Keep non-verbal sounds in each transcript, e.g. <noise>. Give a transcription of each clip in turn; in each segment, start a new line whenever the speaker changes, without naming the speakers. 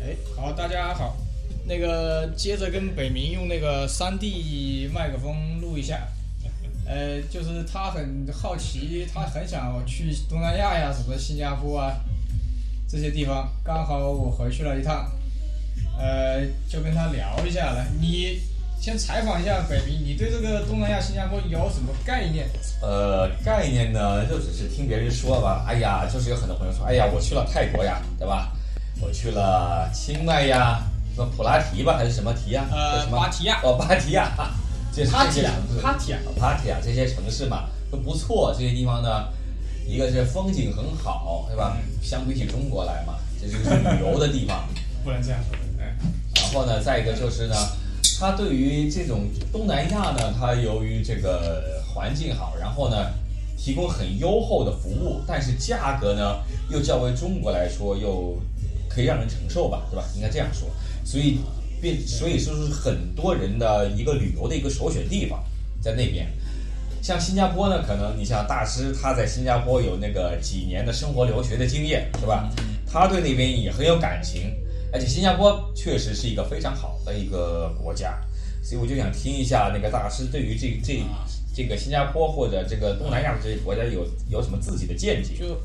哎好，大家好，那个接着跟北明用那个三 D 麦克风录一下。呃，就是他很好奇，他很想去东南亚呀，什么新加坡啊这些地方。刚好我回去了一趟，呃，就跟他聊一下来。你先采访一下北明，你对这个东南亚、新加坡有什么概念？
呃，概念呢，就只是听别人说吧。哎呀，就是有很多朋友说，哎呀，我去了泰国呀，对吧？我去了清迈呀，什么普拉提吧，还是什么提呀？
呃
叫什么
芭提雅
哦，芭提雅，就是
芭
这
提
些
雅
城市，
芭提雅
哦芭提雅这些城市嘛，都不错。这些地方呢，一个是风景很好，对吧？
嗯
相比起中国来嘛，这就是旅游的地方。
不能这样说，哎，
然后呢，再一个就是呢，它对于这种东南亚呢，它由于这个环境好，然后呢，提供很优厚的服务，但是价格呢，又较为中国来说又可以让人承受吧，对吧？应该这样说，所以变，所以说是很多人的一个旅游的一个首选地方，在那边。像新加坡呢，可能你像大师他在新加坡有那个几年的生活留学的经验，是吧？
嗯
他对那边也很有感情，而且新加坡确实是一个非常好的一个国家，所以我就想听一下那个大师对于这这
啊
这个新加坡或者这个东南亚的这些国家有有什么自己的见解？
就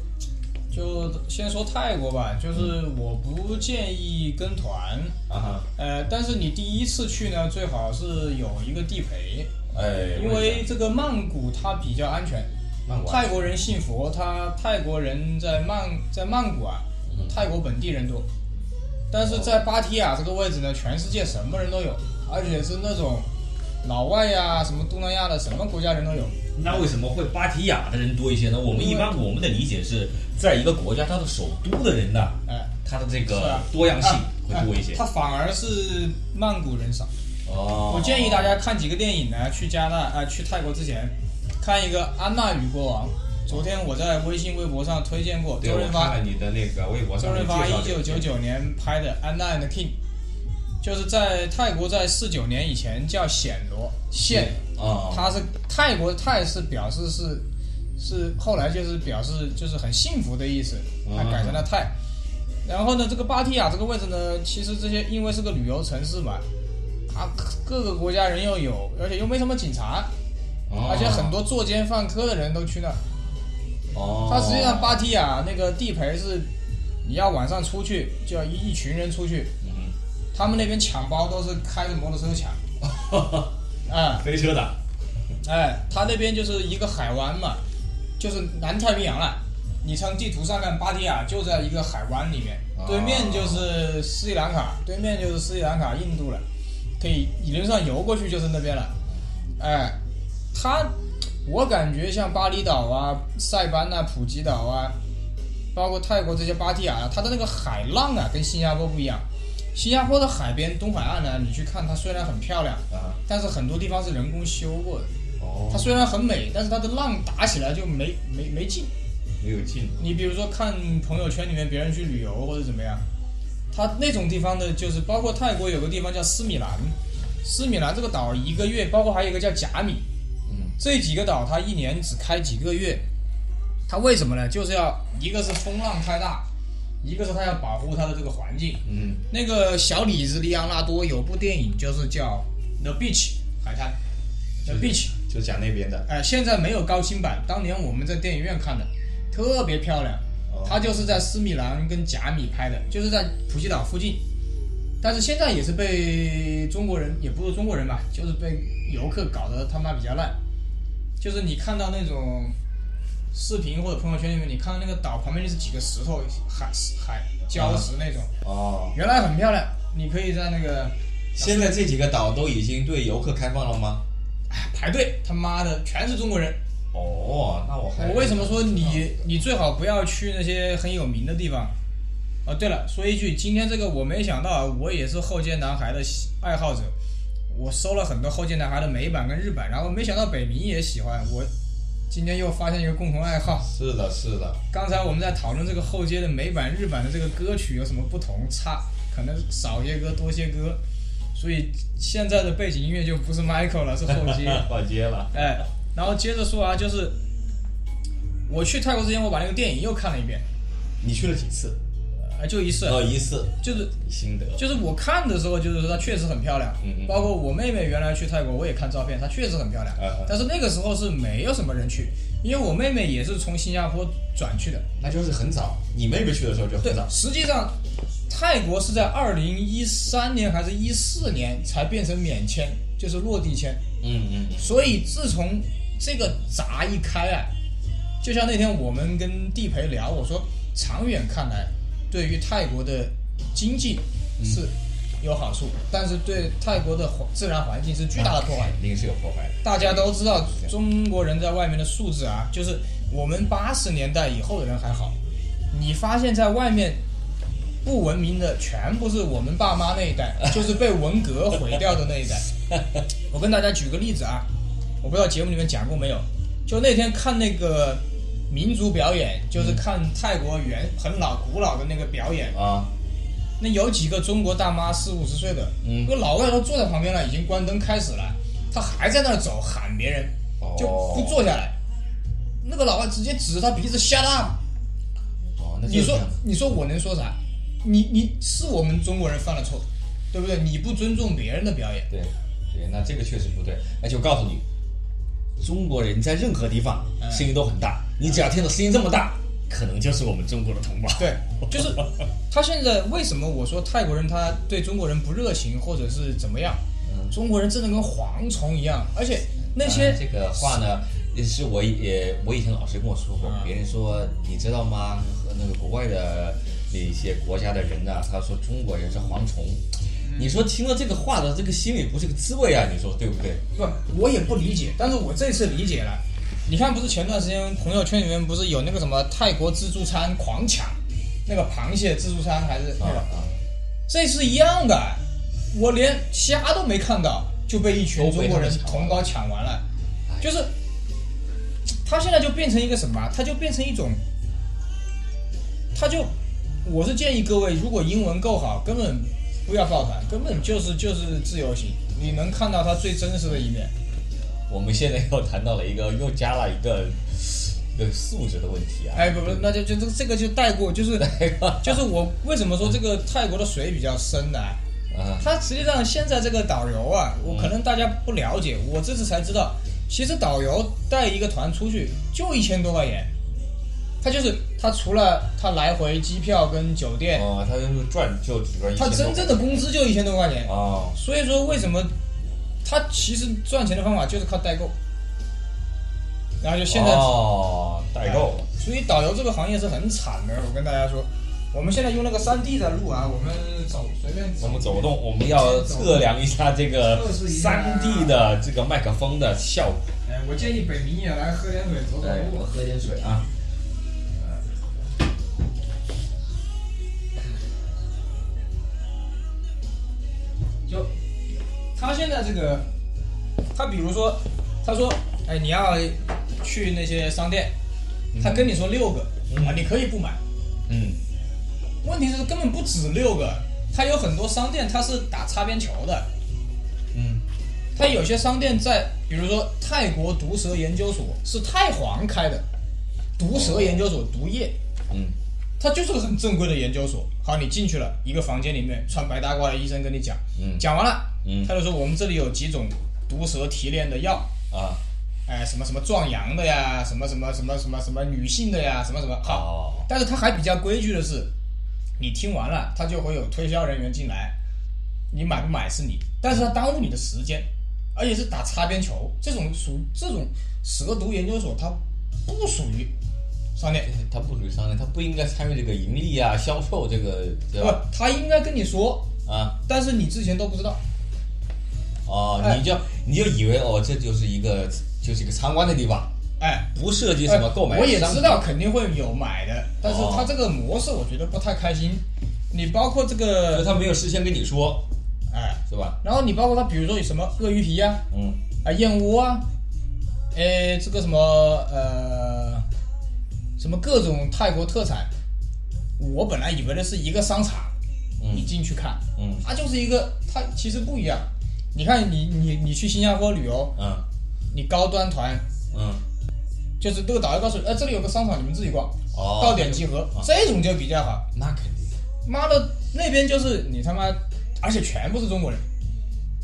就先说泰国吧，就是我不建议跟团。
啊
呃，但是你第一次去呢，最好是有一个地陪，
哈，哎，
因为这个曼谷它比较安全。
曼谷啊
泰国人信佛，他泰国人在曼在曼谷啊，泰国本地人多，但是在芭提雅这个位置呢，全世界什么人都有，而且是那种老外呀、什么东南亚的，什么国家人都有。
那为什么会芭提雅的人多一些呢？我们一般我们的理解是在一个国家它的首都的人呢，
哎，
它的这
是
个
啊
多样性
啊
会多一些
哎。他反而是曼谷人少。
哦
我建议大家看几个电影呢，去加拿大啊、呃去泰国之前，看一个《安娜与国王》。昨天我在微信、微博上推荐过
对，
周润
我
发
看了你的那个微博
周
上
润
面介
发
绍
一九
这个
九
片子
九年拍的《安娜 and the King》，就是在泰国在四九年以前叫暹罗县，
啊，
它是泰国泰是表示是是后来就是表示就是很幸福的意思，
啊
它改成了泰。然后呢，这个芭提雅这个位置呢，其实这些因为是个旅游城市嘛，它各个国家人又有，而且又没什么警察，
哦
而且很多作奸犯科的人都去那儿。
哦，
它实际上芭提雅那个地陪是，你要晚上出去就要一一群人出去，
嗯 <laughs>
他们那边抢包都是开着摩托车抢，啊、
飞车党
哎，他那边就是一个海湾嘛，就是南太平洋了。你从地图上看，芭提雅就在一个海湾里面
哦，
对面就是斯里兰卡，对面就是斯里兰卡、印度了，可以理论上游过去就是那边了。哎，它，我感觉像巴厘岛啊、塞班呐、普吉岛啊，包括泰国这些芭提雅啊，它的那个海浪啊，跟新加坡不一样。新加坡的海边东海岸呢，你去看它虽然很漂亮，
啊，
但是很多地方是人工修过的。
哦
它虽然很美，但是它的浪打起来就没没没劲。
没有进
你比如说看朋友圈里面别人去旅游或者怎么样，它那种地方的，就是包括泰国有个地方叫斯米兰，斯米兰这个岛一个月，包括还有一个叫甲米，
嗯，
这几个岛它一年只开几个月，它为什么呢？就是要一个是风浪太大，一个是它要保护它的这个环境。
嗯
那个小李子里昂纳多有部电影就是叫《The Beach》海滩，《The Beach》。
就讲那边的
哎，现在没有高清版，当年我们在电影院看的，特别漂亮
哦。
它就是在斯米兰跟甲米拍的，就是在普吉岛附近。但是现在也是被中国人，也不是中国人吧，就是被游客搞得他妈比较烂。就是你看到那种视频或者朋友圈里面，你看到那个岛旁边就是几个石头海海礁石那种，
哦。
原来很漂亮。你可以在那个
现在这几个岛都已经对游客开放了吗？
哎排队，他妈的全是中国人，
哦，那我还
我为什么说你你最好不要去那些很有名的地方？哦，对了，说一句，今天这个我没想到啊，我也是后街男孩的喜爱好者，我搜了很多后街男孩的美版跟日版，然后没想到北明也喜欢，我今天又发现一个共同爱好。
是的，是的，
刚才我们在讨论这个后街的美版、日版的这个歌曲有什么不同，差可能少些歌多些歌，所以现在的背景音乐就不是 Michael 了，是后
<laughs>
街。
逛街了。
哎，然后接着说啊，就是我去泰国之前，我把那个电影又看了一遍，
你去了几次？
啊，就一次，
哦，一次
就是
心得，
就是我看的时候，就是说它确实很漂亮
嗯嗯，
包括我妹妹原来去泰国，我也看照片，它确实很漂亮
啊啊。
但是那个时候是没有什么人去，因为我妹妹也是从新加坡转去的。
那就是很早，你妹妹去的时候就
对
很
嗯
早，。
实际上泰国是在二零一三年还是一四年才变成免签，就是落地签。
嗯嗯嗯，
所以自从这个闸一开啊，就像那天我们跟地陪聊，我说长远看来，对于泰国的经济是有好处，但是对泰国的环自然环境是巨大的破坏。
肯定是有破坏的。
大家都知道，中国人在外面的素质啊，就是我们八十年代以后的人还好，你发现在外面不文明的全部是我们爸妈那一代， <laughs> 就是被文革毁掉的那一代。我跟大家举个例子啊，我不知道节目里面讲过没有，就那天看那个民族表演，就是看泰国原很老古老的那个表演，
啊，
那有几个中国大妈四五十岁的，
嗯
那老外都坐在旁边了，已经关灯开始了，他还在那儿走喊别人，
哦
就不坐下来。那个老外直接指着他鼻子 shut up，
哦，那就
你
是这
说
样
你说我能说啥？你你是我们中国人犯了错，对不对？你不尊重别人的表演，
对对，那这个确实不对。
而且我告诉你，中国人在任何地方
嗯
声音都很大，你只要听到声音这么大，可能就是我们中国的同胞。
对，
<laughs>
就是他现在为什么我说泰国人他对中国人不热情或者是怎么样？中国人真的跟蝗虫一样，而且那些、
当然这个话呢，也是我也我以前老师跟我说过，
嗯
别人说你知道吗？和那个国外的那些国家的人呢、他说中国人是蝗虫。
嗯
你说听了这个话的这个心里不是个滋味啊？你说对不对？
不，我也不理解，但是我这次理解了。你看，不是前段时间朋友圈里面不是有那个什么泰国自助餐狂抢，那个螃蟹自助餐还是那个，
啊，
这次一样的，我连虾都没看到就被一群中国人同胞抢完了，就是他现在就变成一个什么？他就变成一种，他就，我是建议各位，如果英文够好，根本不要抱团，根本就是就是自由行，你能看到他最真实的一面。
我们现在又谈到了一个，又加了一个一个素质的问题啊。
哎，不不，那就就这这个就带过，就是就是我为什么说这个泰国的水比较深呢、
<laughs> 啊，
他实际上现在这个导游啊，我可能大家不了解，我这次才知道，其实导游带一个团出去就一千多块钱，他就是他除了他来回机票跟酒店，
哦，他就是赚就只赚一
他
千多
真正的工资就一千多块钱，
哦，
所以说为什么他其实赚钱的方法就是靠代购，然后就现在哎
哦代购
所以导游这个行业是很惨的，我跟大家说，我们现在用那个山地在录啊，我们走随便
我们走动，我们要测量一下这个
测试一下
三 D 的这个麦克风的效果。
哎，我建议北明也来哎喝点水走走路。
喝点水啊。
就他现在这个，他比如说，他说，哎，你要去那些商店，他跟你说六个、啊，你可以不买。
嗯，
问题是根本不止六个，他有很多商店他是打擦边球的，
嗯，
他有些商店在，比如说泰国毒蛇研究所是泰皇开的，毒蛇研究所毒液，
嗯，
它就是个很正规的研究所。好，你进去了一个房间里面，穿白大褂的医生跟你讲，
嗯
讲完了，
嗯
他就说我们这里有几种毒蛇提炼的药，
啊，
哎，什么什么壮阳的呀，什么什么什么什么什么女性的呀，什么什么好。
好，
但是他还比较规矩的是，你听完了，他就会有推销人员进来，你买不买是你，但是他耽误你的时间，而且是打擦边球，这种属这种蛇毒研究所它不属于商店，
它不属于商业，它不应该参与这个盈利啊、销售这个，对
不
吧？，
他应该跟你说，
啊，
但是你之前都不知道，
哦，
哎
你就你就以为哦，这就是一个就是一个参观的地方，
哎。
不涉及什么购买
我也
商品
知
哦
道肯定会有买的，但是他这个模式我觉得不太开心。你包括这
呃，
个，
他没有事先跟你说，
哎，
是吧？
然后你包括他，比如说有什么鳄鱼皮呀、
嗯，
啊，燕窝啊，诶，这个什么呃，什么各种泰国特产，我本来以为的是一个商场，
嗯
你进去看，
嗯
它就是一个，它其实不一样。你看你，你你去新加坡旅游，
嗯
你高端团
嗯，
就是这个导游告诉你，呃，这里有个商场，你们自己逛，
哦
到点集合，这种就比较好。
那肯定，
妈的那边就是你他妈，而且全部是中国人，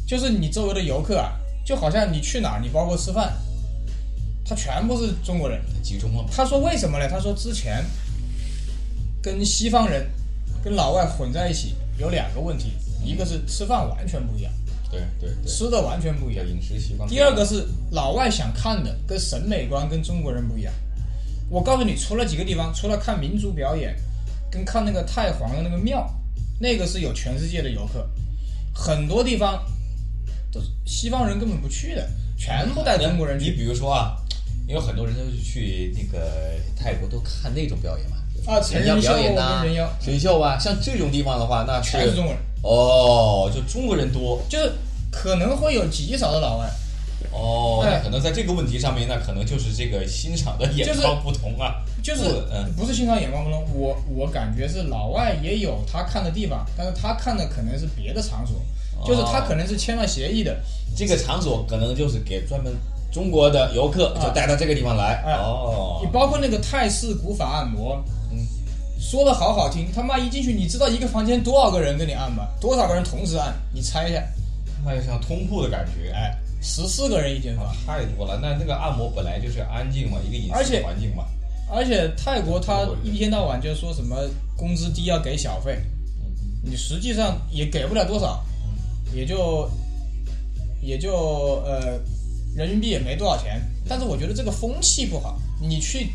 就是你周围的游客啊，就好像你去哪儿，你包括吃饭，他全部是中国人。
集中了嘛。
他说为什么呢？他说之前跟西方人、跟老外混在一起有两个问题，一个是吃饭完全不一样，
对对对，
吃的完全不一样
有；饮食习惯。
第二个是老外想看的跟审美观跟中国人不一样。我告诉你，除了几个地方，除了看民族表演，跟看那个太皇的那个庙，那个是有全世界的游客，很多地方都是西方人根本不去的，全部带中国人
你
去
比如说啊，因为很多人都是去那个泰国都看那种表演嘛，
啊，成
人家
人秀
表演
跟
呐、
人妖
水秀啊，像这种地方的话，那是
全是中国人。
哦，就中国人多
就是可能会有极少的老外，
哦，
对
那可能在这个问题上面，那可能就是这个欣赏的眼光不同啊，
就是
不嗯
不是欣赏眼光不同，我我感觉是老外也有他看的地方，但是他看的可能是别的场所，就是他
哦
可能是签了协议的，
这个场所可能就是给专门中国的游客就带到这个地方来、
哎
哦
你。包括那个泰式古法按摩，
嗯，
说的好好听，他妈一进去你知道一个房间多少个人跟你按吗？多少个人同时按？你猜一下，
那就像通铺的感觉，
哎，十四个人一间房，
太多了。那那个按摩本来就是安静嘛，一个隐
而
私
且
环境嘛，
而且泰国他一天到晚就说什么工资低要给小费，
嗯
你实际上也给不了多少，也就也就呃人民币也没多少钱。但是我觉得这个风气不好，你去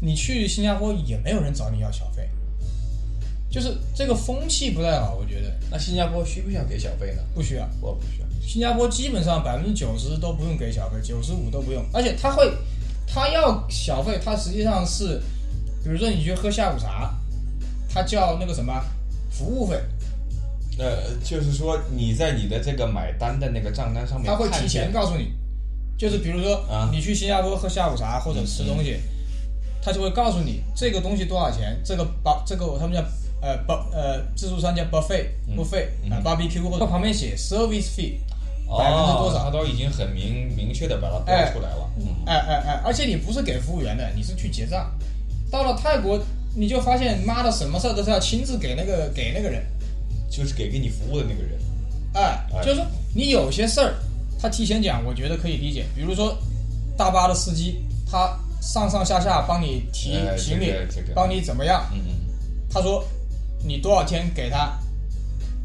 你去新加坡也没有人找你要小费，就是这个风气不太好，我觉得
那新加坡需不需要给小费呢？
不需要。
我不需要。
新加坡基本上百分之九十都不用给小费，九十五都不用，而且他会，他要小费，他实际上是，比如说你去喝下午茶，他叫那个什么服务费，
呃，就是说你在你的这个买单的那个账单上面，
他会提前。告诉你，就是比如说
啊嗯
你去新加坡喝下午茶或者吃东西，他就会告诉你这个东西多少钱，这个包这个他们叫呃 bu 呃自助餐叫 buffet
嗯
buffet
嗯
啊 barbecue 或者旁边写 service fee
哦
百分之多
他
少，
都已经很明明确的把它标
哎
出来了。嗯，
哎哎哎，而且你不是给服务员的，你是去结账。到了泰国你就发现妈的什么事儿都是要亲自给那个给那个人，
就是给给你服务的那个人。
哎
哎，
就是说你有些事儿，他提前讲，我觉得可以理解。比如说，大巴的司机，他上上下下帮你提
哎
行李
这个这个，
帮你怎么样？
嗯嗯，
他说你多少天给他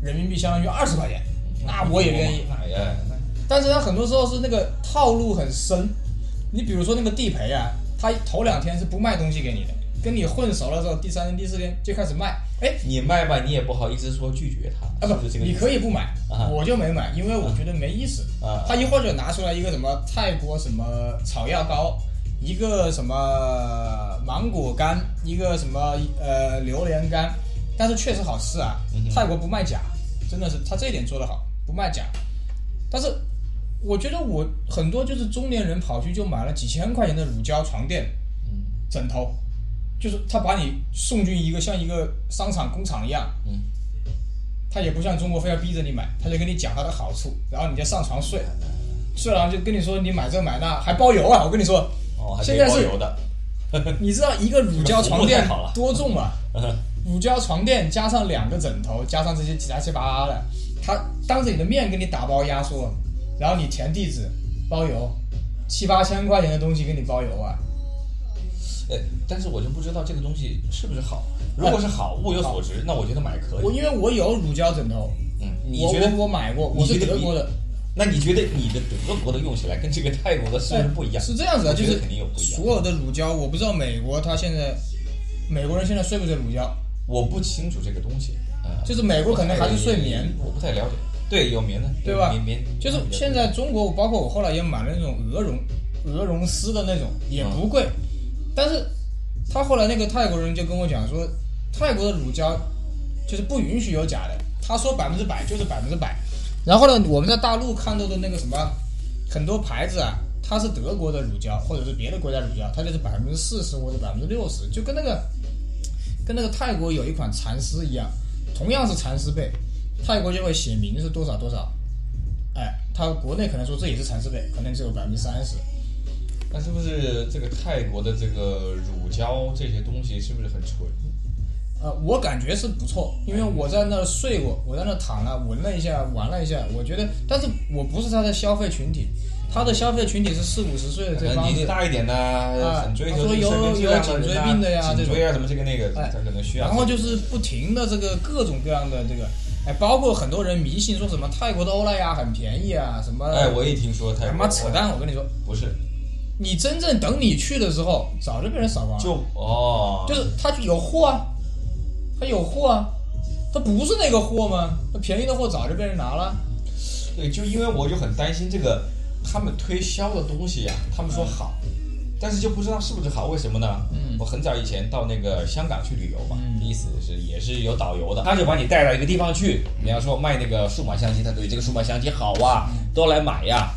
人民币，相当于二十块钱，那我也愿意。
嗯哎呀，
但是他很多时候是那个套路很深。你比如说那个地陪啊，他头两天是不卖东西给你的，跟你混熟了之后，第三天、第四天就开始卖。哎，
你卖吧，你也不好意思说拒绝他，
啊
是不
不
是这，个
你
意思？
可以不买
啊，
我就没买，因为我觉得没意思
啊。
他一会儿就拿出来一个什么泰国什么草药膏，一个什么芒果干，一个什么呃榴莲干，但是确实好吃啊。
嗯
泰国不卖假，真的是他这一点做得好，不卖假。但是我觉得我很多就是中年人跑去就买了几千块钱的乳胶床垫、
嗯
枕头，就是他把你送进一个像一个商场工厂一样。
嗯，
他也不像中国非要逼着你买，他就跟你讲他的好处，然后你就上床睡，睡了就跟你说你买这买那，还包邮啊！我跟你
<laughs>
说，
哦，还
现
可以
在
包
是
邮的。
你知道一个乳胶床
这个服务太
垫
好了
多重
<laughs>
吗？
嗯
乳胶床垫加上两个枕头，加上这些杂七八八的，他当着你的面给你打包压缩，然后你填地址，包邮，七八千块钱的东西给你包邮啊！
呃，但是我就不知道这个东西是不是好。如果是好，物有所值，那我觉得买可
我
以。
因为我有乳胶枕头，
嗯，你
我
觉得？
我我买过，
你
我
觉
是
得
德
比
国的，
那你觉得你的德国的用起来跟这个泰国的是不是不一样？
是这样子的，
我
就
觉得
是
肯定有不一样
所有的乳胶，我不知道美国它现在美国人现在睡不睡乳胶，
我不清楚这个东西，嗯，
就是美国可能还是睡
我
棉
不太，我不太了解。对，有棉的，
对吧
棉棉
就是现在中国，我包括我后来也买了那种鹅绒鹅绒丝的那种，也不贵，但是他后来那个泰国人就跟我讲说，泰国的乳胶就是不允许有假的，他说百分之百就是百分之百。然后呢，我们在大陆看到的那个什么很多牌子啊，它是德国的乳胶或者是别的国家乳胶，它就是百分之四十或者百分之六十，就跟那个跟那个泰国有一款蚕丝一样，同样是蚕丝被，泰国就会写明是多少多少，哎，它国内可能说这也是蚕丝被，可能只有百分之三十。
那是不是这个泰国的这个乳胶这些东西是不是很纯？
呃，我感觉是不错，因为我在那儿睡过，我在那儿躺了，闻了一下，玩了一下，我觉得，但是我不是他的消费群体，他的消费群体是四五十岁的
可
这
能
帮
年纪
子，
大一点的，很追求
啊说
这个身
有
边质量的
有
人啊
颈椎病的呀
颈
这
椎啊什么这个那个，
哎
他可能需要。
然后就是不停的这个各种各样的这个，哎，包括很多人迷信说什么泰国的欧莱雅很便宜啊，什么，
哎，我也听说泰
他
国
妈扯，淡，我跟你说，
不是
你真正等你去的时候，早就被人扫光了，
就哦，
就是他有货啊，他有货啊，他不是那个货吗？那便宜的货早就被人拿了。
对，就因为我就很担心这个他们推销的东西呀、他们说好，但是就不知道是不是好，为什么呢？
嗯
我很早以前到那个香港去旅游嘛，
嗯
意思是也是有导游的，他就把你带到一个地方去，你要说卖那个数码相机，他对这个数码相机好啊，都来买呀，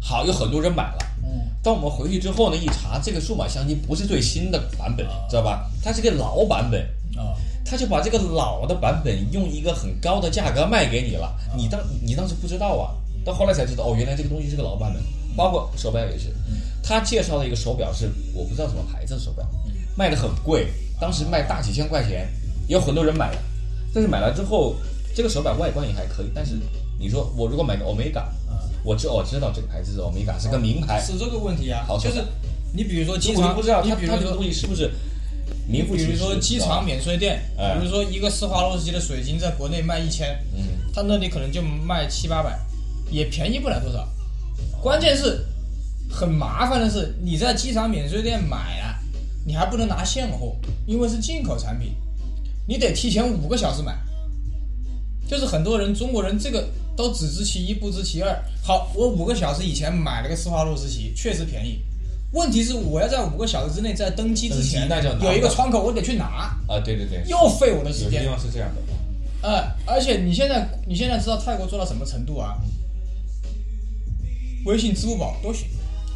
好，有很多人买了。
嗯
当我们回去之后呢，一查这个数码相机不是最新的版本，
哦
知道吧？它是个老版本，
啊，
他就把这个老的版本用一个很高的价格卖给你了，
啊
你当你当时不知道啊，到后来才知道哦，原来这个东西是个老版本，
嗯
包括手表也是，他介绍了一个手表是我不知道什么牌子的手表，
嗯
卖的很贵，当时卖大几千块钱，也有很多人买了，但是买来之后，这个手表外观也还可以，
嗯
但是你说我如果买个 Omega，我知我知道这个牌子是 Omega 是个名牌，
啊哦是这个问题啊，
哎好
就
手
是
表
你比如说机
我就
场，
不知道
你
他
比
他
如
这个
说
东西是不是
你
名副
比
其实，
如说机场
知
免税店，
哎
比如说一个施华洛世奇的水晶在国内卖一千，
道吧，嗯。
他那里可能就卖七八百，也便宜不了多少。关键是很麻烦的是，你在机场免税店买了，你还不能拿现货，因为是进口产品，你得提前五个小时买。就是很多人中国人这个都只知其一不知其二。好，我五个小时以前买了个施华洛世奇，确实便宜。问题是我要在五个小时之内，在登机之前
登机那就拿不到
有一个窗口，我得去拿，
啊，对对对，
又费我的时
有些
间
地。方是这样的。
呃，而且你现在你现在知道泰国做到什么程度啊？微信、支付宝都行，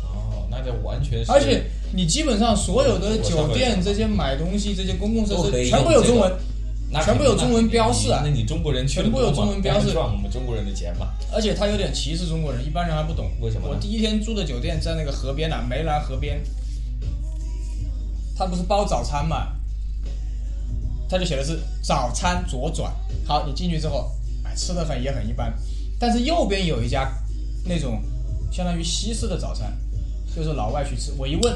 哦，那这完全是。
而且你基本上所有的
我上
酒
回
店这些买东西、这些公共设
都可以
施全部有中文，
那
全部有中文标示啊
那你中国人去
全部有中文标示
赚我们中国人的钱嘛？
而且它有点歧视中国人，一般人还不懂。
为什么呢
我第一天住的酒店在那个河边啊，梅兰河边，它不是包早餐嘛，它就写的是早餐左转。好，你进去之后，哎，吃的很也很一般，但是右边有一家那种相当于西式的早餐，就是老外去吃。我一问，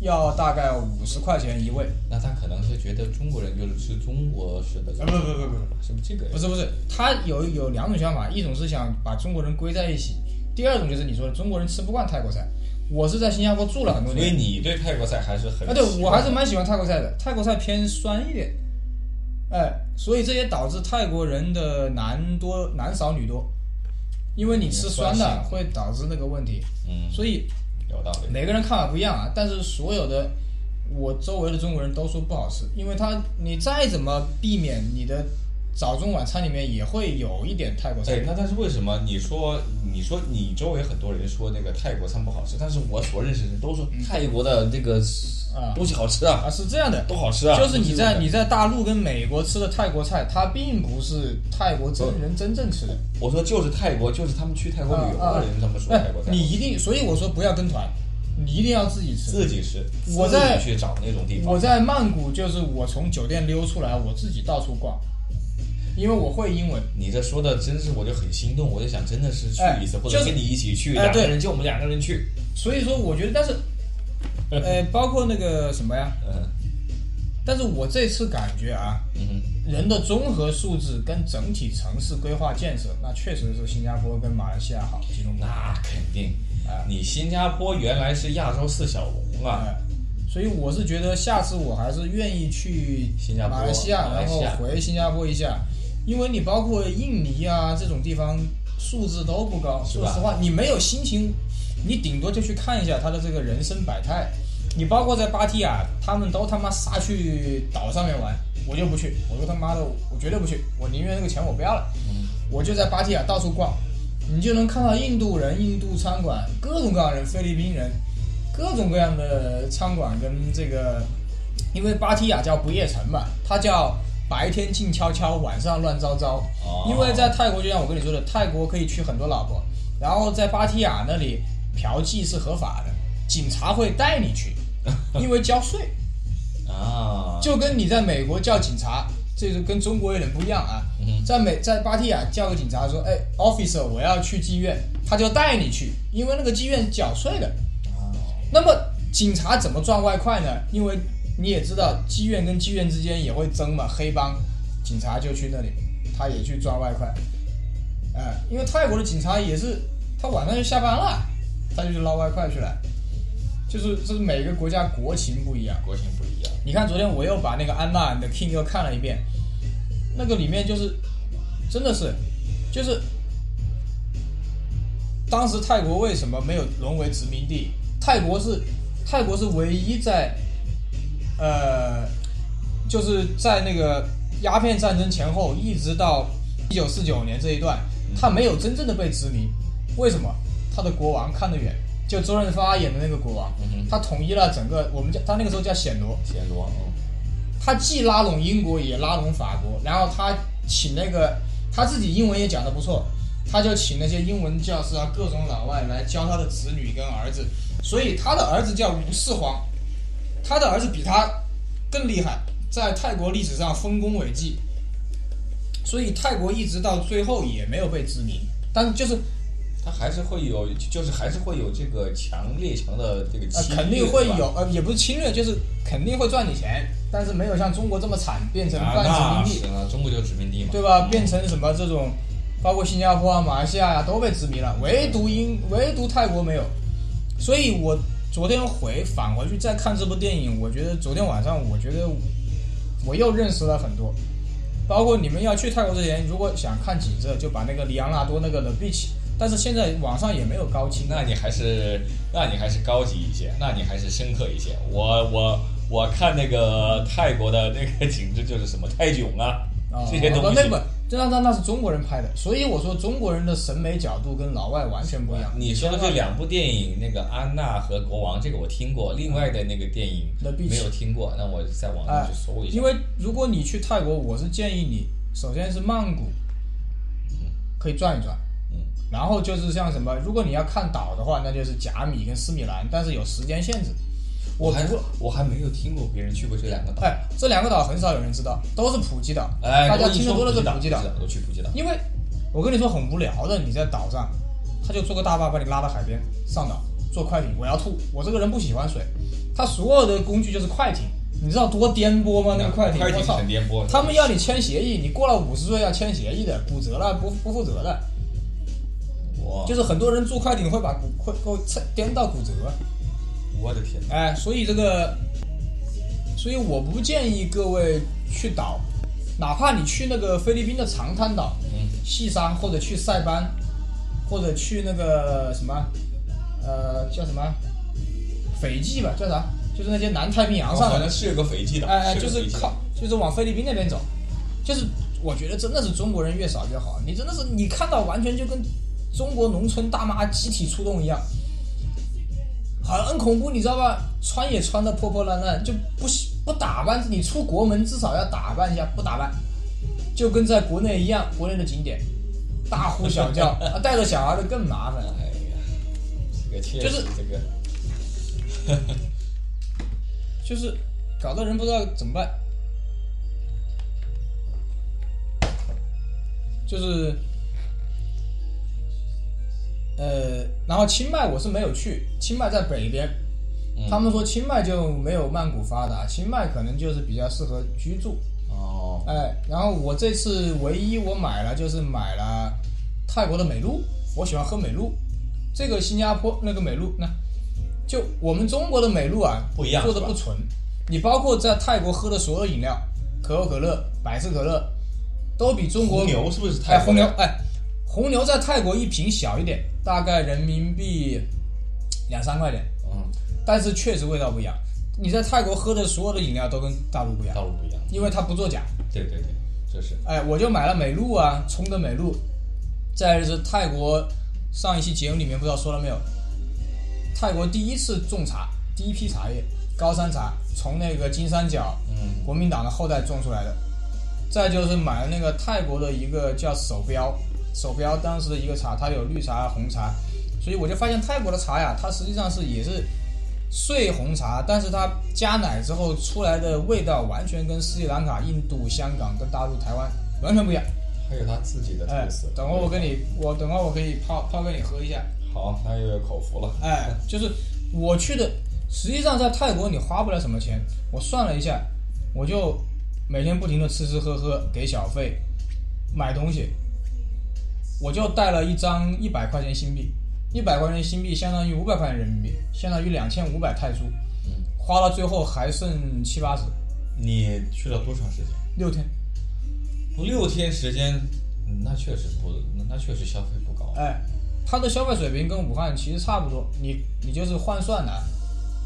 要大概五十块钱一位，
那他可能是觉得中国人就是吃中国式的，
啊不不不不不，
什么这个
不是不是，他有有两种想法，一种是想把中国人归在一起，第二种就是你说的中国人吃不惯泰国菜。我是在新加坡住了很多
所以
年，
你对泰国菜还是很
啊，对
习
我
惯
还是蛮喜欢泰国菜的，泰国菜偏酸一点，哎，所以这也导致泰国人的男多男少女多，因为你吃酸
酸
的
性
会导致那个问题，
嗯
所以
有道理。
每个人看法不一样啊，但是所有的我周围的中国人都说不好吃，因为他你再怎么避免，你的早中晚餐里面也会有一点泰国菜
对，。那但是为什么你说你说你周围很多人说那个泰国餐不好吃，但是我所认识的人都说泰国的这个
啊
东西好吃啊，
啊，是这样的，
都好吃啊，
就是你在
都
你在大陆跟美国吃的泰国菜，它并不是泰国真人真正吃的。
我说就是泰国，就是他们去泰国旅游
啊啊
的人他们说
哎
泰国菜好吃。
你一定，所以我说不要跟团，你一定要自己吃。
自己吃，
我在
自己去找那种地方。
我在曼谷，就是我从酒店溜出来，我自己到处逛，因为我会英文。
你这说的真是，我就很心动，我就想真的是去
哎
一次，或
就
者
是
跟你一起去，
哎
两
对
个人就我们两个人去。
所以说，我觉得，但是，呃，包括那个什么呀，
嗯
但是我这次感觉啊，
嗯
人的综合素质跟整体城市规划建设，那确实是新加坡跟马来西亚好，吉隆
哼，
坡。
那肯定
哎。
你新加坡原来是亚洲四小龙啊，
哎，所以我是觉得下次我还是愿意去
新加坡
马来西亚，
马来
然
西
后
亚
回新加坡一下，因为你包括印尼啊这种地方素质都不高，
是
说
吧
实话，你没有心情，你顶多就去看一下他的这个人生百态。你包括在芭提雅，他们都他妈杀去岛上面玩，我就不去，我说他妈的，我绝对不去，我宁愿那个钱我不要了。
嗯
我就在芭提雅到处逛，你就能看到印度人、印度餐馆，各种各样的人，菲律宾人，各种各样的餐馆跟这个，因为芭提雅叫不夜城嘛，它叫白天静悄悄，晚上乱糟糟。
哦
因为在泰国，就像我跟你说的，泰国可以娶很多老婆，然后在芭提雅那里嫖妓是合法的，警察会带你去，因为交税。
啊，
就跟你在美国叫警察，这是跟中国有点不一样啊。在美在芭提雅叫个警察说，哎，officer，我要去妓院，他就带你去，因为那个妓院缴税的。
哦
那么警察怎么赚外快呢？因为你也知道，妓院跟妓院之间也会争嘛，黑帮，警察就去那里，他也去赚外快。哎、因为泰国的警察也是，他晚上就下班了，他就去捞外快去了。就是这是每个国家国情不一样。
国情不一样，
你看昨天我又把那个安娜的 King 又看了一遍，那个里面就是真的是就是当时泰国为什么没有沦为殖民地？泰国是泰国是唯一在呃就是在那个鸦片战争前后一直到一九四九年这一段，
嗯
它没有真正的被殖民。为什么？它的国王看得远，就周润发演的那个国王
嗯哼，
他统一了整个我们叫他那个时候叫暹罗，
暹罗，嗯
他既拉拢英国也拉拢法国，然后他请那个他自己英文也讲得不错，他就请那些英文教师啊，各种老外来教他的子女跟儿子，所以他的儿子叫吴四皇，他的儿子比他更厉害，在泰国历史上丰功伟绩，所以泰国一直到最后也没有被殖民，但是就是
他还是会有，就是还是会有这个强列强的这个
呃
侵略、
肯定会
是吧
有呃也不是侵略，就是肯定会赚你钱，但是没有像中国这么惨，变成半
啊，
殖
那
民地
是。啊，中国就是殖民地嘛，
对吧？变成什么这种，包括新加坡啊、马来西亚呀、都被殖民了，唯独英，唯独泰国没有。所以我昨天回返回去再看这部电影，我觉得昨天晚上我觉得我又认识了很多。包括你们要去泰国之前，如果想看景色，就把那个里昂纳多那个 The Beach，但是现在网上也没有高清。
那你还是，那你还是高级一些，那你还是深刻一些。我我我看那个泰国的那个景致就是什么泰囧啊，
啊，
这些东西。
那本那那那是中国人拍的，所以我说中国人的审美角度跟老外完全不一样。
你说的这两部电影，那个《安娜》和《国王》，这个我听过，另外的那个电影
The Beach
没有听过，那我在网
哎
上去搜一下。
因为如果你去泰国，我是建议你，首先是曼谷，可以转一转，
嗯，
然后就是像什么，如果你要看岛的话，那就是甲米跟斯米兰，但是有时间限制。
我
我
还
不，
我还没有听过别人去过这两个岛。
哎，这两个岛很少有人知道，都是普吉岛，
哎，
大家
我跟你
听得
说
多了
普
是
吉岛，
吉岛，
我去普吉岛。
因为我跟你说很无聊的，你在岛上，他就坐个大巴把你拉到海边上岛，坐快艇，我要吐，我这个人不喜欢水，他所有的工具就是快艇，你知道多颠簸吗？那个快艇，
嗯快
我
艇
操
很！颠簸。
他们要你签协议，你过了五十岁要签协议的，骨折了不不负责的。
我
就是很多人坐快艇会把骨会会颠到骨折，
我的天，
哎，所以这个，所以我不建议各位去岛，哪怕你去那个菲律宾的长滩岛、
嗯，
细沙，或者去塞班，或者去那个什么，呃，叫什么，斐济吧，叫啥？就是那些南太平洋上
好
的
像是有个斐济岛，
哎哎哎，
有
就
个
是
斐济岛
靠，就是往菲律宾那边走，就是我觉得真的是中国人越少越好，你真的是你看到完全就跟中国农村大妈集体出动一样，很恐怖，你知道吧？穿也穿的破破烂烂，就不喜不打扮，你出国门至少要打扮一下，不打扮，就跟在国内一样，国内的景点大呼小叫，啊带着小孩的更麻烦。
哎呀，这个确
就
实
是
这个，
就是搞得人不知道怎么办。就是，呃，然后清迈我是没有去，清迈在北边，
嗯
他们说清迈就没有曼谷发达，清迈可能就是比较适合居住。
哦，
哎，然后我这次唯一我买了就是买了泰国的美露，我喜欢喝美露。这个新加坡那个美露，那就我们中国的美露啊，
不一样
做的
是吧
不纯。你包括在泰国喝的所有饮料，可口可乐、百事可乐，都比中国
红牛是不是泰
哎
国
红牛哎红牛在泰国一瓶小一点，大概人民币两三块钱，
嗯，
但是确实味道不一样。你在泰国喝的所有的饮料都跟大陆不一样，
道路不一样。
因为它不作假。
对对对，这是
哎，我就买了美露啊，冲的美露。再就是泰国，上一期节目里面不知道说了没有，泰国第一次种茶，第一批茶叶高山茶，从那个金三角
嗯
国民党的后代种出来的。再就是买了那个泰国的一个叫手标，手标当时的一个茶，它有绿茶、红茶，所以我就发现泰国的茶呀，它实际上是也是碎红茶，但是它加奶之后出来的味道完全跟斯里兰卡、印度、香港、跟大陆、台湾完全不
<laughs>
一样。
还有它自己的
哎
特色。，
等会儿我跟你，我等会儿我可以泡泡给你喝一下。
嗯
好，那又有口福了。
哎，就是我去的，实际上在泰国你花不了什么钱。我算了一下，我就每天不停的吃吃喝喝，给小费，买东西，我就带了一张一百块钱新币，一百块钱新币相当于五百块钱人民币，相当于两千五百泰铢，
嗯
花了最后还剩七八十，
你去了多长时间？
六天。
六天时间，嗯那确实不，那那确实消费不高。
哎，它的消费水平跟武汉其实差不多，你你就是换算的，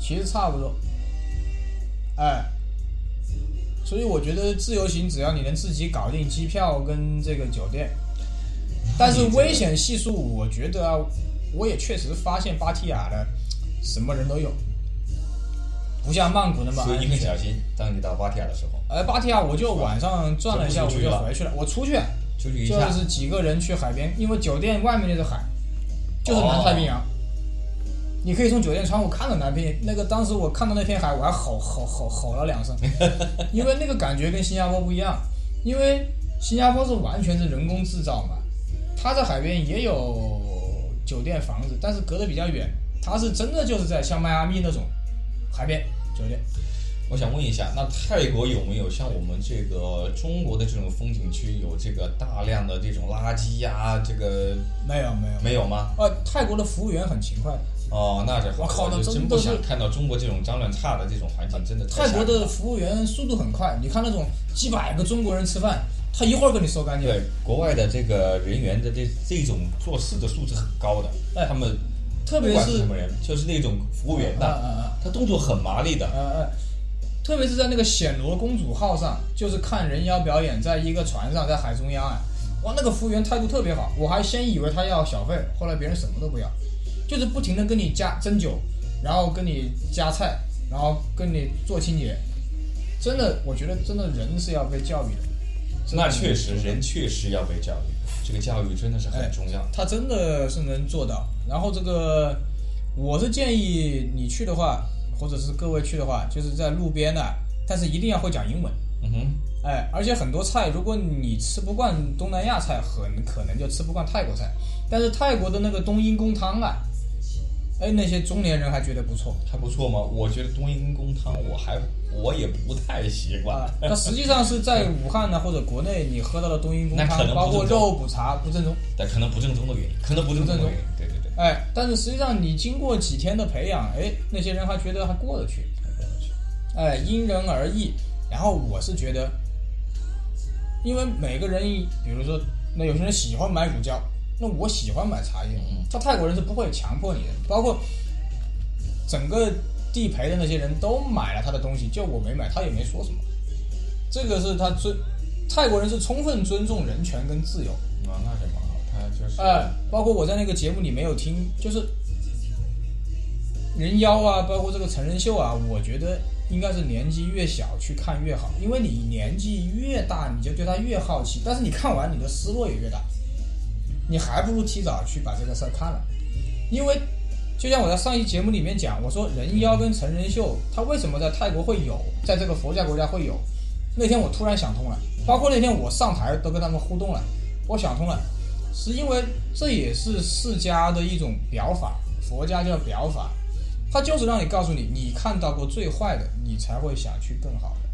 其实差不多。哎，所以我觉得自由行只要你能自己搞定机票跟这个酒店，但是危险系数我觉得啊，我也确实发现芭提雅的什么人都有，不像曼谷那么
所以
安
你很
全。
小心，当你到芭提雅的时候，
哎，芭提雅我就晚上转了一下，我
就不出去
就
了
回去了。我出去，啊
出去一
就
下，
是几个人去海边，因为酒店外面那是海，就是南太平洋。你可以从酒店窗户看到南边那个，当时我看到那片海，我还吼吼吼吼
<laughs>
了两声，因为那个感觉跟新加坡不一样，因为新加坡是完全是人工制造嘛，它在海边也有酒店房子，但是隔得比较远，它是真的就是在像迈阿密那种海边酒店，
我想问一下，那泰国有没有像我们这个中国的这种风景区，有这个大量的这种垃圾呀、这个
没有没有，
没有吗？
呃，泰国的服务员很勤快的。
哦，那这
我靠那
就
真
真
的
不
是
想看到中国这种脏乱差的这种环境，真的太
泰国
吓人
的
了
服务员速度很快，你看那种几百个中国人吃饭，他一会儿给你收干净。
对国外的这个人员的这这种做事的素质很高的，
哎
他们
特别
不管
是
什么人，就是那种服务员
啊啊
呐，
啊
他动作很麻利的
啊，啊！特别是在那个暹罗公主号上，就是看人妖表演，在一个船上，在海中央啊，哇，那个服务员态度特别好，我还先以为他要小费，后来别人什么都不要，就是不停的跟你加斟酒，然后跟你加菜，然后跟你做清洁，真的，我觉得真的人是要被教育的。真的
那确实人确实要被教育，这个教育真的是
哎
很重要。
他真的是能做到。然后这个，我是建议你去的话，或者是各位去的话，就是在路边呢、但是一定要会讲英文。
嗯哼。
哎，而且很多菜，如果你吃不惯东南亚菜，很可能就吃不惯泰国菜。但是泰国的那个冬阴功汤啊，哎，那些中年人还觉得不错
还不错吗？我觉得冬阴功汤我还我也不太习惯。
啊。那实际上是在武汉呢或者国内，你喝到的冬阴功
那可
汤，
能
包
不
括
正宗
肉补茶不正宗。
但可能不正宗的原因，可能不正宗的原因。对对对，
哎，但是实际上你经过几天的培养，哎，那些人还觉得还过得去。哎，因人而异。然后我是觉得，因为每个人，比如说，那有些人喜欢买乳胶，那我喜欢买茶叶。他泰国人是不会强迫你的，包括整个地陪的那些人都买了他的东西，就我没买，他也没说什么。这个是他尊，泰国人是充分尊重人权跟自由。
啊，那是蛮好，他就是
哎，包括我在那个节目里没有听，就是人妖啊，包括这个成人秀啊，我觉得应该是年纪越小去看越好，因为你年纪越大，你就对他越好奇，但是你看完你的失落也越大，你还不如提早去把这个事儿看了，因为就像我在上一节目里面讲，我说人妖跟成人秀，它为什么在泰国会有，在这个佛教国家会有？那天我突然想通了，包括那天我上台都跟他们互动了，我想通了，是因为这也是释迦的一种表法，佛家叫表法，它就是让你告诉你，你看到过最坏的，你才会想去更好的。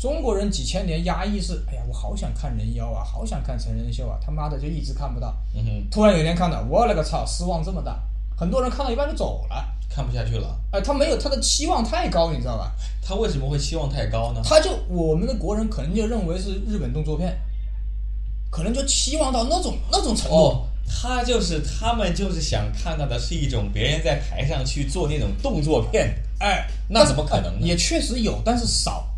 中国人几千年压抑是，哎呀，我好想看人妖啊，好想看成人秀啊，他妈的就一直看不到。
嗯哼，
突然有一天看到，我勒个操，失望这么大，很多人看到一半就走了。
看不下去了。
哎，他没有他的期望太高，你知道吧？
他为什么会期望太高呢？
他就我们的国人可能就认为是日本动作片，可能就期望到那种那种程度。
哦，他就是他们就是想看到的是一种别人在台上去做那种动作片，
哎，
那怎么可能呢
也确实有，但是少，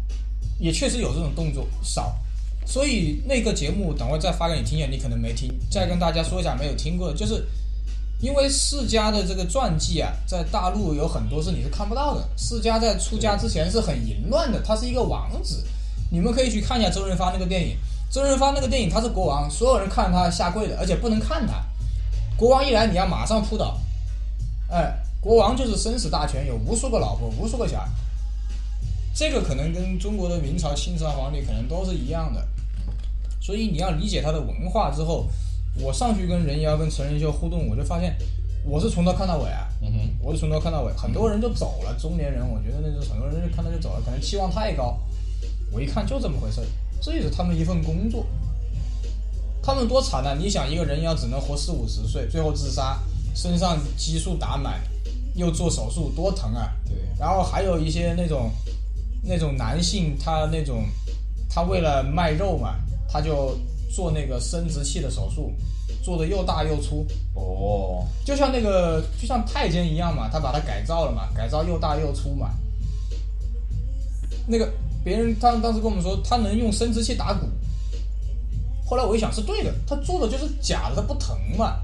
也确实有这种动作少。所以那个节目等会再发给你听一下，你可能没听，再跟大家说一下没有听过的，就是因为释迦的这个传记啊，在大陆有很多是你是看不到的。释迦在出家之前是很淫乱的，他是一个王子，你们可以去看一下周润发那个电影。周润发那个电影他是国王，所有人看他下跪的，而且不能看他。国王一来，你要马上扑倒。哎，国王就是生死大权，有无数个老婆，无数个小孩。这个可能跟中国的明朝、清朝皇帝可能都是一样的，所以你要理解他的文化之后，我上去跟人妖、跟成人秀互动，我就发现我是从头看到尾啊，
嗯哼，
我是从头看到尾。很多人就走了，中年人，我觉得那时候很多人就看到就走了，可能期望太高。我一看就这么回事，这也是他们一份工作。他们多惨啊！你想，一个人要只能活四五十岁，最后自杀，身上激素打满，又做手术，多疼啊！
对，
然后还有一些那种那种男性，他那种他为了卖肉嘛，他就做那个生殖器的手术，做的又大又粗，
哦，
就像那个就像太监一样嘛，他把它改造了嘛，改造又大又粗嘛。那个别人他当时跟我们说，他能用生殖器打鼓。后来我一想是对的，他做的就是假的，他不疼嘛，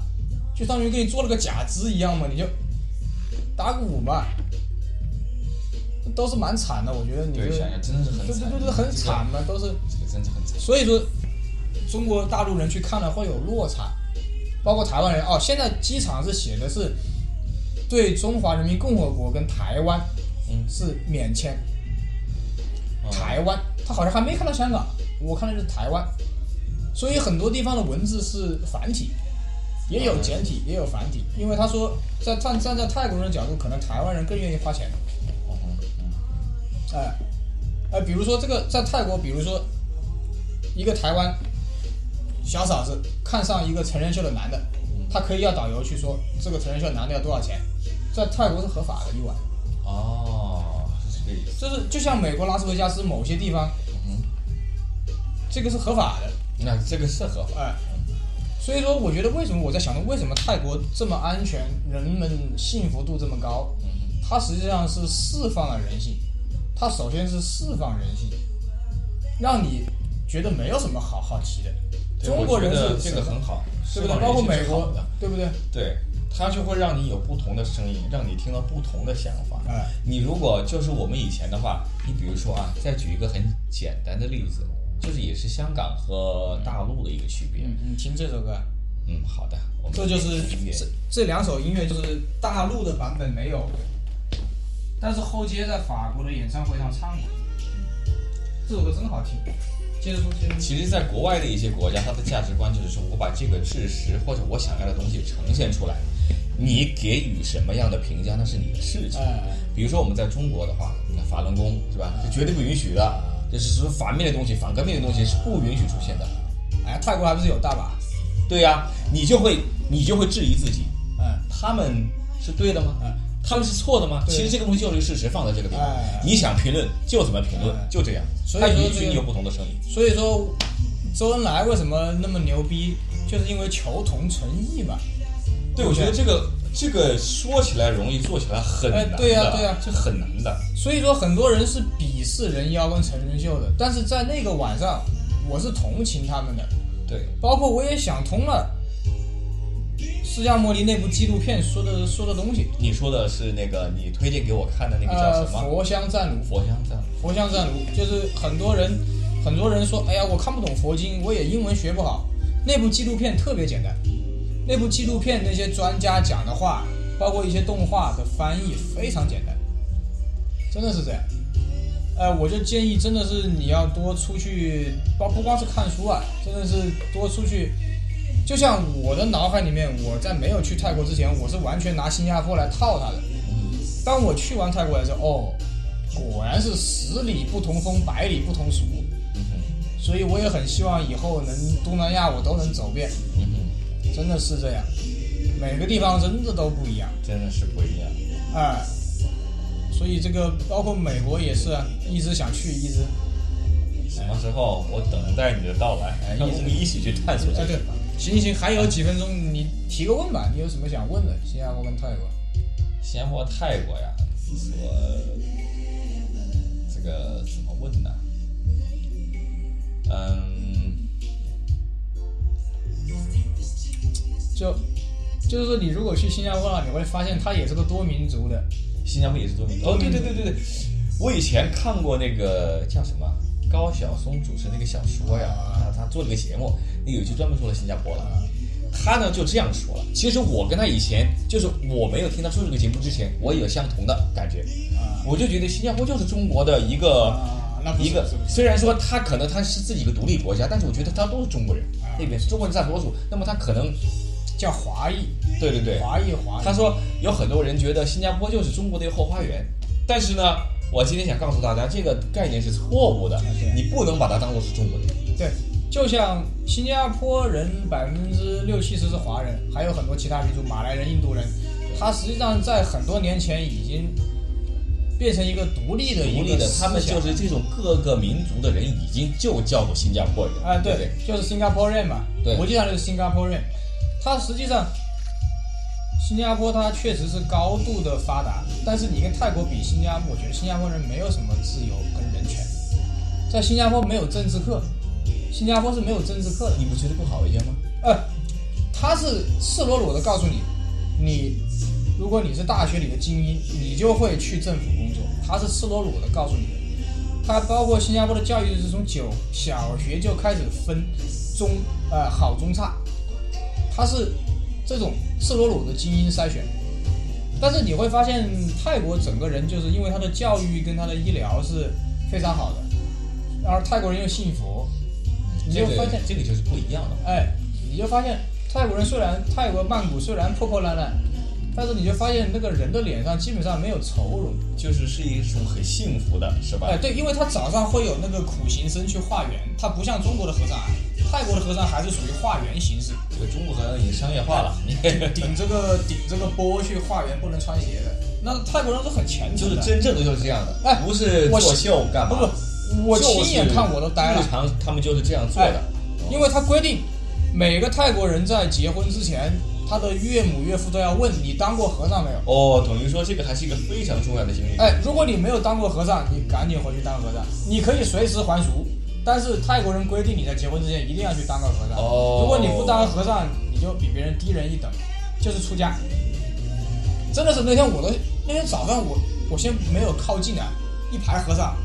就相当于给你做了个假肢一样嘛，你就打鼓嘛，都是蛮惨的，我觉得你就
对，想想真的是很
对
惨，
对对，很惨嘛，都是。
这个，这个真的很惨。
所以说，中国大陆人去看了会有落差，包括台湾人哦。现在机场是写的是对中华人民共和国跟台湾是免签，
嗯
台湾他好像还没看到香港，我看的是台湾，所以很多地方的文字是繁体。也有简体，也有繁体，因为他说，在站站在泰国人的角度，可能台湾人更愿意花钱。
嗯哼
哎，哎，比如说这个在泰国，比如说一个台湾小嫂子看上一个成人秀的男的，她可以要导游去说这个成人秀男的要多少钱，在泰国是合法的一晚，
哦，是这个意思。嗯
就是就像美国拉斯维加斯某些地方，这个是合法的，
那这个是合法，
哎。所以说，我觉得为什么我在想着为什么泰国这么安全，人们幸福度这么高，它实际上是释放了人性，它首先是释放人性，让你觉得没有什么好好奇的。
对
中国人
我觉得
是
这个很，好，
对不
释
对？
放
包括
人性
美
是
国
好的，
对不对？
对，它就会让你有不同的声音，让你听到不同的想法。
哎
你如果就是我们以前的话，你比如说啊，再举一个很简单的例子，就是也是香港和大陆的一个区别。
嗯，你听这首歌，
嗯，好的，我们
这就是
听音乐
这这两首音乐就是大陆的版本没有，但是后街在法国的演唱会上唱过。这首歌真好听，接着说，接着说。
其实，在国外的一些国家，它的价值观就是说我把这个事实或者我想要的东西呈现出来，你给予什么样的评价，那是你的事情。
哎，
比如说我们在中国的话，你看法轮功是吧，是绝对不允许
啊
的，就是说反面的东西、反革命的东西是不允许出现的。
哎，泰国还不是有大把？
对呀、你就会你就会质疑自己，
哎，
他们是对的吗？
哎
他们是错的吗？
对
其实这个东西就是事实放在这个地方，
哎
你想评论就怎么评论，
哎
就这样。
所以
它
说
允
这
许
个
你有不同的声音。
所以说，周恩来为什么那么牛逼，就是因为求同存异嘛。
对，我觉得这个这个说起来容易，做起来很
哎
难的。
对呀对呀
这很难的。
所以说，很多人是鄙视人妖跟成人秀的，但是在那个晚上，我是同情他们的，
对，
包括我也想通了。释迦牟尼那部纪录片说的说的东西，
你说的是那个你推荐给我看的那个叫
呃，
什么？
佛香战卢，
佛香藏。
佛像战卢，就是很多人很多人说，哎呀，我看不懂佛经，我也英文学不好。那部纪录片特别简单，那部纪录片那些专家讲的话，包括一些动画的翻译非常简单，真的是这样。呃，我就建议真的是你要多出去，包不光是看书啊，真的是多出去。就像我的脑海里面，我在没有去泰国之前，我是完全拿新加坡来套它的。当我去完泰国的时候，哦，果然是十里不同风，百里不同俗。
嗯
所以我也很希望以后能东南亚我都能走遍，
嗯哼，
真的是这样，每个地方真的都不一样，
真的是不一样。
哎、所以这个包括美国也是啊，一直想去，一直，
什么时候我等待你的到来，
哎
<laughs> 让
一
我
直
们一起去探索
哎
这个
对
地方。，
行行，还有几分钟，你提个问吧，你有什么想问的？新加坡跟泰国，
新加坡、泰国呀，我这个怎么问呢？嗯，
就就是说你如果去新加坡了，你会发现它也是个多民族的，
新加坡也是多
嗯
民族。哦，对对对对对，我以前看过那个叫什么
啊
高晓松主持那个小说呀，他他做了个节目，那有一期专门说了新加坡了。他呢就这样说了。其实我跟他以前就是我没有听他说这个节目之前，我也有相同的感觉，
啊
我就觉得新加坡就是中国的一个、
啊，那不是
一个
不是不是
虽然说他可能他是自己一个独立国家，但是我觉得他都是中国人，
啊
那边是中国人占多数，那么他可能
叫华裔，
对对对，
华裔华裔，
啊他说有很多人觉得新加坡就是中国的一个后花园，但是呢，我今天想告诉大家，这个概念是错误的
对，
你不能把它当做是中国人。
对，就像新加坡人百分之六七十是华人，还有很多其他民族，马来人、印度人，他实际上在很多年前已经变成一个独立的
独
一
立
个
的，他们
思想
就是这种各个民族的人已经就叫做新加坡人
啊，
对不
对，就是新加坡人嘛，
对
国际上就是新加坡人，它实际上。新加坡它确实是高度的发达，但是你跟泰国比，新加我觉得新加坡人没有什么自由跟人权，在新加坡没有政治课，新加坡是没有政治课的。
你不觉得更好一些吗？
呃，他是赤裸裸的告诉你，你如果你是大学里的精英，你就会去政府工作。他是赤裸裸的告诉你的。他包括新加坡的教育是从九小学就开始分中呃好中差，他是这种赤裸裸的精英筛选。但是你会发现，泰国整个人就是因为他的教育跟他的医疗是非常好的，而泰国人又信佛，你
这
就发
个
现
这个就是不一样的嘛。
哎，你就发现泰国人虽然泰国曼谷虽然破破烂烂，但是你就发现那个人的脸上基本上没有愁容。
就是是一种很幸福的，是吧？
哎，对，因为他早上会有那个苦行僧去化缘，他不像中国的和尚，啊泰国的和尚还是属于化缘形式，
这个中国好像已经商业化了，你
<laughs> 顶这个顶这个钵去化缘，不能穿鞋的。那泰国人是很虔
就
诚
是
的，
真正的就是这样的，
哎
不是
我
作秀干
不
嘛？
不，我
就是
亲眼看我都呆了哎
日。常他们就是这样做的。哦
因为他规定，每个泰国人在结婚之前，他的岳母岳父都要问你当过和尚没有。
哦，等于说这个还是一个非常重要的经历。
哎，如果你没有当过和尚，你赶紧回去当和尚。你可以随时还俗，但是泰国人规定你在结婚之前一定要去当个和尚。
哦
如果你不当和尚，你就比别人低人一等，就是出家。真的是那天我都那天早上我我先没有靠近啊，一排和尚，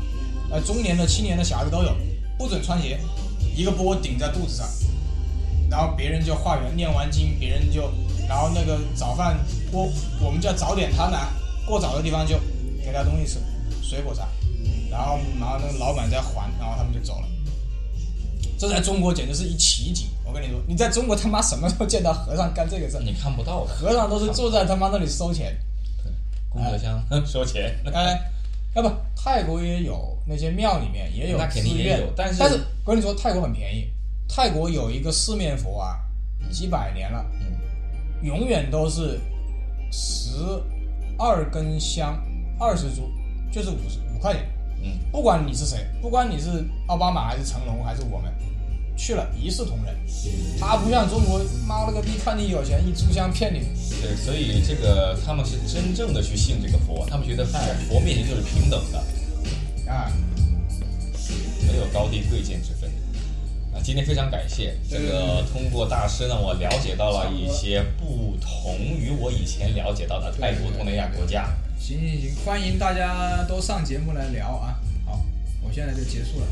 呃，中年的、青年的小孩子都有，不准穿鞋，一个钵顶在肚子上，然后别人就化缘，念完经，别人就，然后那个早饭锅，我们叫早点摊呐、过早的地方就给他东西吃，水果啥，然后然后那个老板在还，然后他们就走了。这在中国简直是一奇景，我跟你说，你在中国他妈什么时候见到和尚干这个事儿？
你看不到的，
和尚都是坐在他妈那里收钱，
功德箱 <laughs> 收钱。
哎，要不泰国也有那些庙里面也有
那肯定
寺
也
院
有但
但
是
我跟你说，泰国很便宜，泰国有一个四面佛啊，几百年了，
嗯
永远都是十二根香，二十株，就是五十五块钱。
嗯，
不管你是谁，不管你是奥巴马还是成龙还是我们，去了一视同仁。他不像中国，妈了个逼，看你有钱一炷香骗你。
对，所以这个他们是真正的去信这个佛，他们觉得在佛面前就是平等的，
啊，
没有高低贵贱之分。啊，今天非常感谢这个通过大师呢，我了解到了一些不同于我以前了解到的泰国东南亚国家。
行行行，欢迎大家都上节目来聊啊。好，我现在就结束了。